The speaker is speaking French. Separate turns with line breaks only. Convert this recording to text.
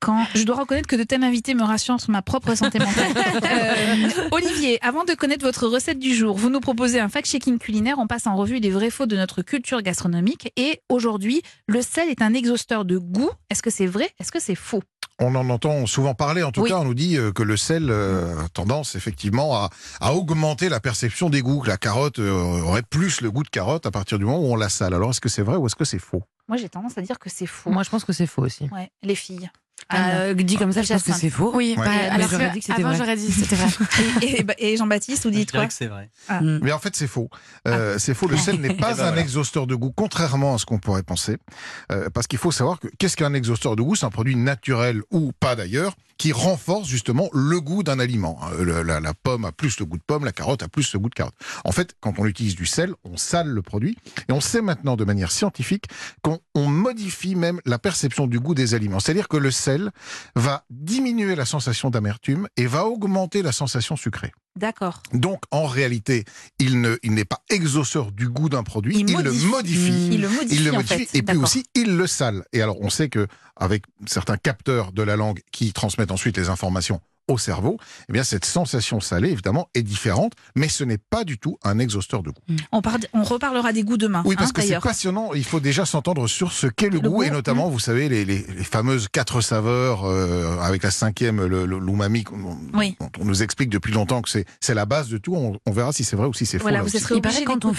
Quand je dois reconnaître que de tels invités me rassurent sur ma propre santé mentale. Euh, Olivier, avant de connaître votre recette du jour, vous nous proposez un fact-checking culinaire. On passe en revue les vrais faux de notre culture gastronomique. Et aujourd'hui, le sel est un exhausteur de goût. Est-ce que c'est vrai Est-ce que c'est faux
On en entend souvent parler, en tout
Oui.
cas, on nous dit euh, que le sel euh, a tendance effectivement à, à augmenter la perception des goûts, que la carotte euh, aurait plus le goût de carotte à partir du moment où on la sale. Alors est-ce que c'est vrai ou est-ce que c'est faux
Moi, j'ai tendance à dire que c'est faux.
Moi, je pense que c'est faux aussi.
Ouais, les filles.
Ah,
Euh, dit comme ça, je pense que
Jacinthe.
c'est faux.
Oui,
Ouais.
bah,
Mais
alors
j'aurais
que
dit que c'était
avant
vrai.
j'aurais dit que c'était vrai.
Et, bah, et- et Jean-Baptiste, vous
Je
dites
dirais
quoi
que c'est vrai.
Mais en fait, c'est faux. Euh, Mm. C'est faux. Le sel n'est pas
Eh ben
un
voilà.
exhausteur de goût, contrairement à ce qu'on pourrait penser. Euh, parce qu'il faut savoir que qu'est-ce qu'un exhausteur de goût C'est un produit naturel ou pas d'ailleurs qui renforce justement le goût d'un aliment. Euh, le- la, la pomme a plus le goût de pomme, la carotte a plus le goût de carotte. En fait, quand on utilise du sel, on sale le produit. Et on sait maintenant de manière scientifique qu'on on modifie même la perception du goût des aliments. C'est-à-dire que le sel va diminuer la sensation d'amertume et va augmenter la sensation sucrée.
D'accord.
Donc, en réalité, il ne, il n'est pas exhausteur du goût d'un produit,
Il
il, le
modifie.
modifie.
Il le modifie,
Il le
en
modifie
fait.
et puis
D'accord.
aussi il le sale. Et alors on sait que avec certains capteurs de la langue qui transmettent ensuite les informations au cerveau, eh bien cette sensation salée évidemment est différente, mais ce n'est pas du tout un exhausteur de goût.
On, par- on reparlera des goûts demain.
Oui, parce
hein,
que c'est
d'ailleurs.
passionnant. Il faut déjà s'entendre sur ce qu'est
Le
le, goût, et
goût, hein.
notamment, vous savez, les, les- les fameuses quatre saveurs euh, avec la cinquième, le- le- l'umami. qu'on-
Oui.
dont On nous explique depuis longtemps que c'est c'est la base de tout. On, on verra si c'est vrai ou si c'est faux.
Voilà,
là
vous
aussi.
serez
Il paraît
obligé
quand on
d'écouter